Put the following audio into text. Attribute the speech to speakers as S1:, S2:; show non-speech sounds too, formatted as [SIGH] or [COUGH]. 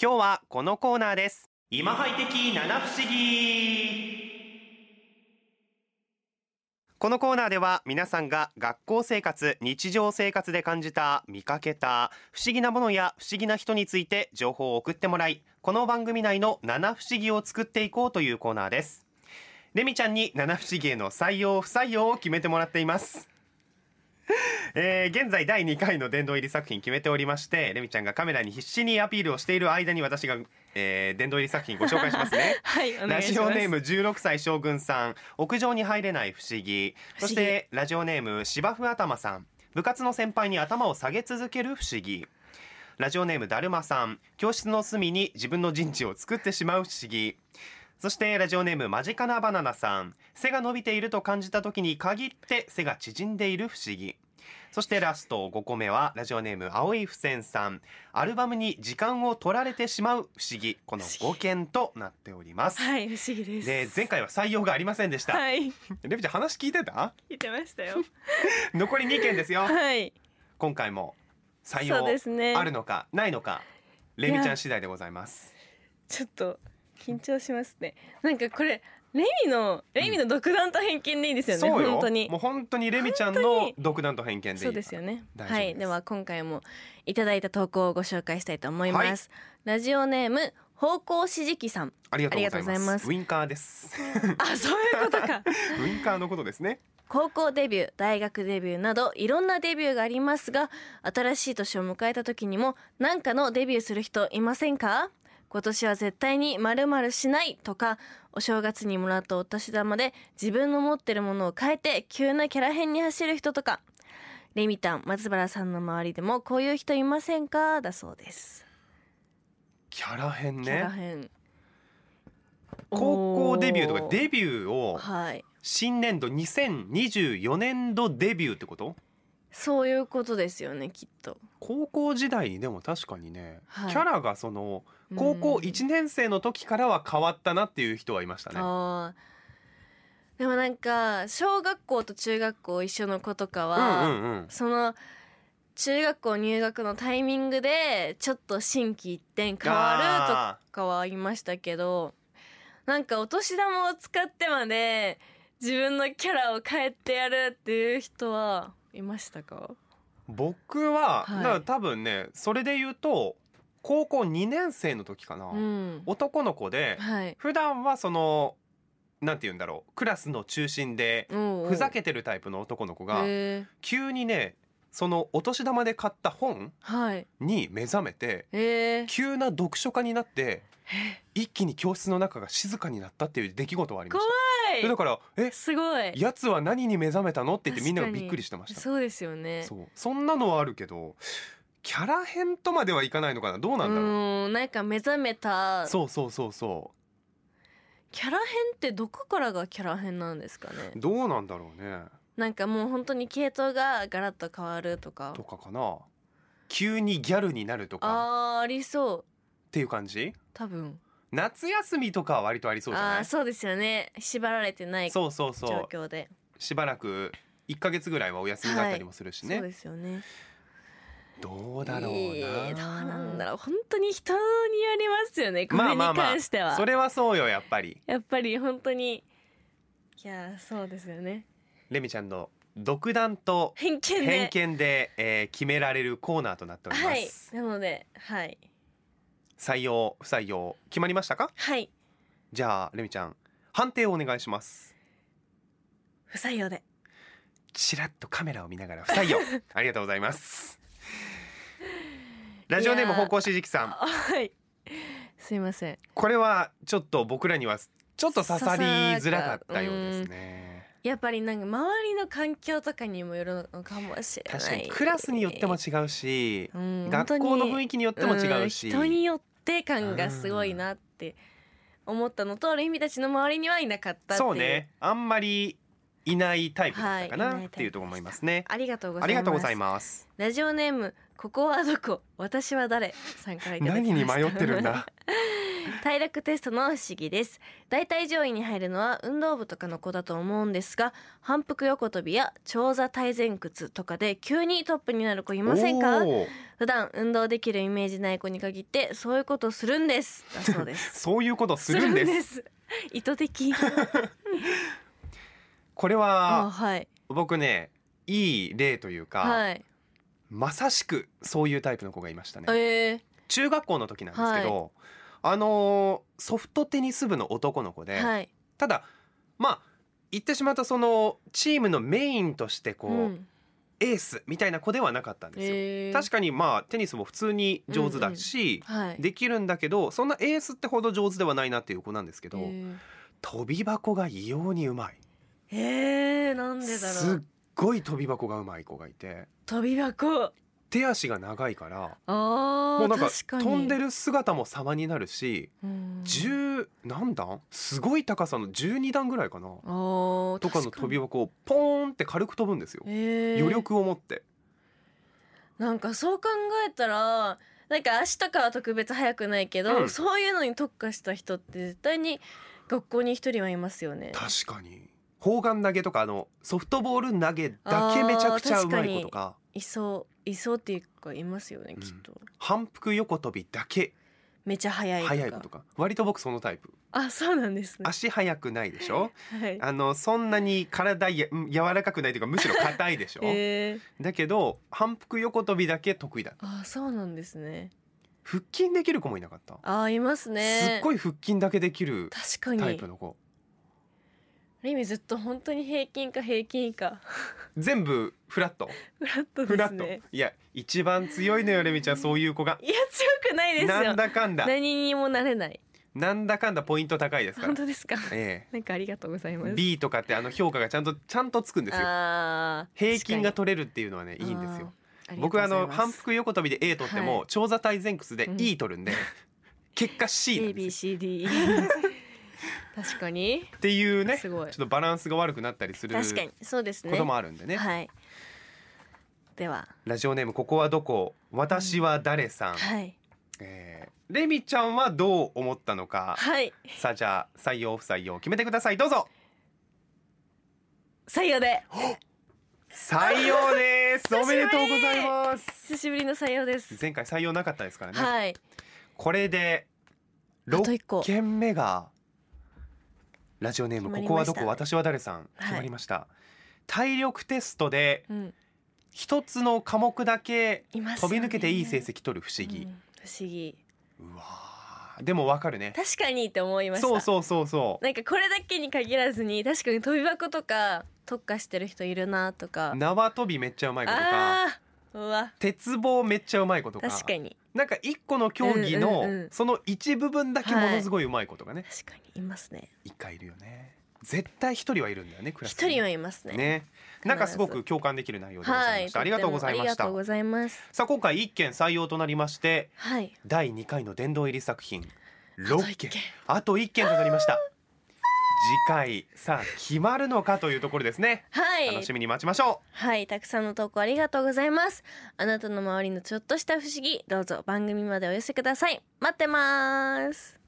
S1: 今日はこのコーナーです今ハイ的七不思議このコーナーでは皆さんが学校生活日常生活で感じた見かけた不思議なものや不思議な人について情報を送ってもらいこの番組内の七不思議を作っていこうというコーナーですレミちゃんに七不思議への採用不採用を決めてもらっていますえー現在第2回の殿堂入り作品決めておりましてレミちゃんがカメラに必死にアピールをしている間に私が、えー、殿堂入り作品ご紹介しますね
S2: [LAUGHS] はい、お願
S1: ラ
S2: いし
S1: ジ
S2: ます。
S1: オネーム16歳将軍さん屋上に入れない不思議そしてラジオネーム芝生頭さん部活の先輩に頭を下げ続ける不思議ラジオネームだるまさん教室の隅に自分の陣地を作ってしまう不思議そしてラジオネーム間近なバナナさん背が伸びていると感じた時に限って背が縮んでいる不思議そしてラスト5個目はラジオネーム青い付箋さんアルバムに時間を取られてしまう不思議この5件となっております
S2: はい、不思議です。
S1: で前回は採用がありませんでした、
S2: はい、
S1: レビちゃん話聞いてた
S2: 聞いてましたよ。
S1: 残り2件ですよ
S2: はい、
S1: 今回も採
S2: そうです
S1: 用
S2: ね。
S1: あるのかないのかレミちゃん次第でございます
S2: ちょっと緊張しますね。なんかこれレミのレミの独断と偏見でいいですよね。
S1: そうよ
S2: 本当に
S1: も。う本当にレミちゃん
S2: 本当
S1: の
S2: に
S1: 独断と偏見でいい
S2: そうですよね。
S1: 大丈夫
S2: は
S1: です
S2: い、では今回もいただいた投稿をご紹介したいと思います。ラジオネーム方向指示器さ
S1: [LAUGHS]
S2: ん。
S1: ありがとうござ
S2: ありがとう
S1: い
S2: ご
S1: ま
S2: ざ
S1: す
S2: います
S1: ウインカーです
S2: あ、そういうことか。
S1: ウインカーのことですね
S2: 高校デビュー大学デビューなどいろんなデビューがありますが新しい年を迎えた時にも何かのデビューする人いませんか今年は絶対に〇〇しないとかお正月にもらったお年玉で自分の持ってるものを変えて急なキャラ変に走る人とかレミタン松原さんの周りでもこういう人いませんかだそうです、
S1: キャラ変
S2: キャラ
S1: ね
S2: 変
S1: 高校デビューとか
S2: お
S1: デビューを
S2: はい
S1: 新年度2024年度デビューってこと
S2: そういうことですよねきっと
S1: 高校時代にでも確かにね、
S2: はい
S1: キャラがその高校
S2: うん
S1: 1年生の時からは変わったなっていう人はいましたね。
S2: あーでもなんか小学校と中学校一緒の子とか
S1: うん
S2: は、
S1: うんうん。
S2: その中学校入学のタイミングでちょっと心機一転変わる
S1: あ
S2: とかはありましたけどなんかお年玉を使ってまで自分のキャラを変えてやるっていう人はいましたか
S1: ー僕は、
S2: はい
S1: だから多分ねそれで言うと高校2年生の時かな、
S2: うん
S1: 男の子で
S2: はい
S1: 普段はそのなんて言うんだろうクラスの中心でふ
S2: ふ
S1: ざけてるタイプの男の子が
S2: え
S1: 急にねそのお年玉で買った本
S2: はい
S1: に目覚めて
S2: えー、
S1: 急な読書家になって一気に教室の中が静かになったっていう出来事はありました。えだから「え
S2: すごい
S1: やつは何に目覚めたの?」って言ってみんなが
S2: 確か
S1: び
S2: に
S1: っくりしてました。
S2: そうですよね
S1: そうそんなのはあるけどキャラ編とまではいかないのかなどうなんだろう。
S2: うーんなんか目覚めた
S1: そうそうそうそ
S2: キャラ編ってどこからがキャラ編なんですかね
S1: うどうなんだろうね
S2: なんかもう本当に系統がガラッと変わるとか
S1: とかかな急にギャルになるとかっ
S2: あーありそう
S1: ていう感じ
S2: 多分
S1: 夏休みとかは割とありそうじゃ
S2: あ
S1: な
S2: あ
S1: い
S2: そうですよね縛られてない状
S1: そうそうそう
S2: 況で
S1: しばらく1ヶ月ぐらいはお休みだったりもするし
S2: そう,、
S1: ね、
S2: ですよね
S1: どうだろうな、
S2: えーどうなんだろう本当に人によりますよねこ
S1: ま
S2: れ
S1: あ
S2: に
S1: まあまあ
S2: 関しては、
S1: それはそうよやっぱり
S2: やっぱり本当にいやーそうですよね
S1: レミちゃんの独断と
S2: 偏見で
S1: 偏見で、えー決められるコーナーとなっておりま
S2: はい
S1: す、
S2: なのではい
S1: 採用不採用決まりましたか
S2: はい
S1: じゃあレミちゃん判定をお願いします
S2: 不採用で
S1: ちらっとカメラを見ながら不
S2: [LAUGHS]
S1: 採用ありがとうございますラジオネーム
S2: い
S1: 方
S2: やー
S1: 向指示器さん
S2: あはいすいません
S1: これはちょっと僕らにはちょっと刺さりづらかったようですね
S2: やっぱりなんか周りの環境とかにもよるのかもしれない
S1: 確かにクラスによっても違うし
S2: うん
S1: 学校の雰囲
S2: 気
S1: 気によっても違うし
S2: 人によって感がすごいなって思ったのとレミたちの周りにはいなかったっていう
S1: そうねあんまりいないタイプだったかな、
S2: はいいないタイプ
S1: っていうところもいますね
S2: ありがとうござ
S1: あ
S2: います
S1: りがとうございます
S2: ラジオネームここはどこ私は誰さんからいただきまし
S1: 何
S2: た
S1: に
S2: [LAUGHS]
S1: 迷ってるんだ
S2: 体力テストの不思議です大体上位に入るのは運動部とかの子だと思うんですが反復横跳びや長座体前屈とかで急にトップになる子いませんか
S1: おー
S2: 普段運動できるイメージない子に限ってそういうことするんですだそうです
S1: そういうこと [LAUGHS] するんです
S2: す意図的
S1: これ
S2: あ
S1: は
S2: はい
S1: 僕ねいい例というか、
S2: はい
S1: まさしくそういうタイプの子がいましたね
S2: えー
S1: 中学校の時なんですけど、あのーソフトテニス部の男の子で、
S2: はい
S1: ただまあ言ってしまったそのチームのメインとしてこう、
S2: うん
S1: エースみたいな子ではなかったんですよ、
S2: えー
S1: 確かにまあテニスも普通に上手だし、
S2: はい
S1: できるんだけどそんなエースってほど上手ではないなっていう子なんですけど、
S2: えー
S1: 飛び箱が異様にうまい
S2: えー、なんでだろ
S1: すっ
S2: う
S1: ごい飛び箱がうまい子がいて
S2: 飛び箱
S1: 手足が長いから
S2: あ
S1: もう
S2: ー
S1: なんか
S2: 確かに
S1: 飛んでる姿も様になるし
S2: うん
S1: 10何段すごい高さの12段ぐらいかな
S2: あー
S1: とかの
S2: 確
S1: 飛
S2: に
S1: び箱をポーンって軽く飛ぶんですよ
S2: えー
S1: 余力を持って
S2: なんかそう考えたらなんか足とかは特別速くないけど、
S1: うん
S2: そういうのに特化した人って絶対に学校に一人はいますよね。
S1: 確かに砲丸投げとかあのソフトボール投げだけめちゃくちゃうまい子とか
S2: いそういそうっていうかいますよねきっと、
S1: 反復横跳びだけ
S2: めちゃ速いとか
S1: 速い子とか割と僕そのタイプ
S2: あそうなんですね。
S1: 足速くないでしょ
S2: はい。
S1: あのそんなに体やうん柔らかくないというかむしろ硬いでしょ、
S2: えー、
S1: だけど反復横跳びだけ得意だ
S2: あそうなんですね。
S1: 腹筋できる子もいなかった、
S2: あいますね。
S1: すっごい腹筋だけできる
S2: 確か
S1: タイ
S2: に
S1: プの子
S2: リミずっと本当に平均か平均以下
S1: 全部フラット
S2: フラット
S1: フ
S2: で
S1: ラ
S2: す
S1: ット、
S2: ね。
S1: いや一番強いのよレミちゃんそういう子が
S2: いや強くないです
S1: な
S2: よ
S1: ん。だかんだ
S2: 何にもなれない。
S1: なんだかんだポイント高いですか
S2: 本
S1: ら
S2: 当ですか。
S1: え
S2: なんかありがとうございます
S1: え。B とかってあの評価がちゃんとちゃんとつくんですよ
S2: あー
S1: 平均が
S2: 確
S1: 取れるっていうのはねい
S2: かに
S1: いんですよ
S2: あーりがとうご
S1: 僕
S2: ざ
S1: あ
S2: います
S1: の反復横跳びで A 取っても、
S2: は
S1: 長座体前屈で
S2: うん
S1: E 取るん
S2: [LAUGHS]
S1: で、結果 C なんですよ
S2: ABCD 確かに
S1: っていうねち
S2: す
S1: ょ
S2: ごい
S1: っとバランスが悪くなったりする
S2: 確かにそうですね
S1: こともあるんでね
S2: はいでは
S1: ラジオネームここはどこ私は誰さん、
S2: はい
S1: えーレミちゃんはどう思ったのか
S2: はい
S1: さあじゃあ採用不採用決めてくださいどう
S2: [LAUGHS]
S1: ぞ
S2: 採用で
S1: 採用ですおめでとうございます
S2: 久しぶりの採用です
S1: 前回採用なかったですからね、
S2: はい
S1: これで
S2: あと
S1: 6
S2: 一個
S1: 件目がラジオネーム
S2: 決
S1: こ
S2: まりま
S1: こは
S2: した
S1: どこ私は誰さん決まりました、体力テストで
S2: うん
S1: 一つの科目だけ
S2: います
S1: 飛び抜けていい成
S2: 不
S1: 績取る不思議、
S2: 不思議
S1: うわーでもわかるね
S2: 確かにって思いました
S1: そうそうそうそう
S2: なんかこれだけに限らずに確かに飛び箱とか特化してる人いるなとか
S1: 縄跳びめっちゃうまい子とか
S2: あーうわ
S1: 鉄棒めっちゃうまい子とか
S2: 確かに
S1: なんか一個の競技の
S2: うんうんうん
S1: その一部分だけものすごいうまい子とかね
S2: 確かにいますね
S1: 一回いるよね絶対一人はいるんだよねクラス
S2: 一
S1: に
S2: 人はいますね
S1: ねなんかすごく共感できる内容でございました、
S2: は
S1: ありがとうございまし
S2: とってもありが
S1: た
S2: とうございます
S1: さあ今回1件採用となりまして
S2: はい
S1: 第2回の殿堂入り作品
S2: と
S1: 6
S2: 一
S1: 件
S2: 件
S1: あと1件となりました次回さあ決まるのかというところですね
S2: は
S1: 楽
S2: い
S1: しみに待ちましょ
S2: はいたくさんの投稿ありがとうございますあなたの周りのちょっとした不思議どうぞ番組までお寄せください待ってます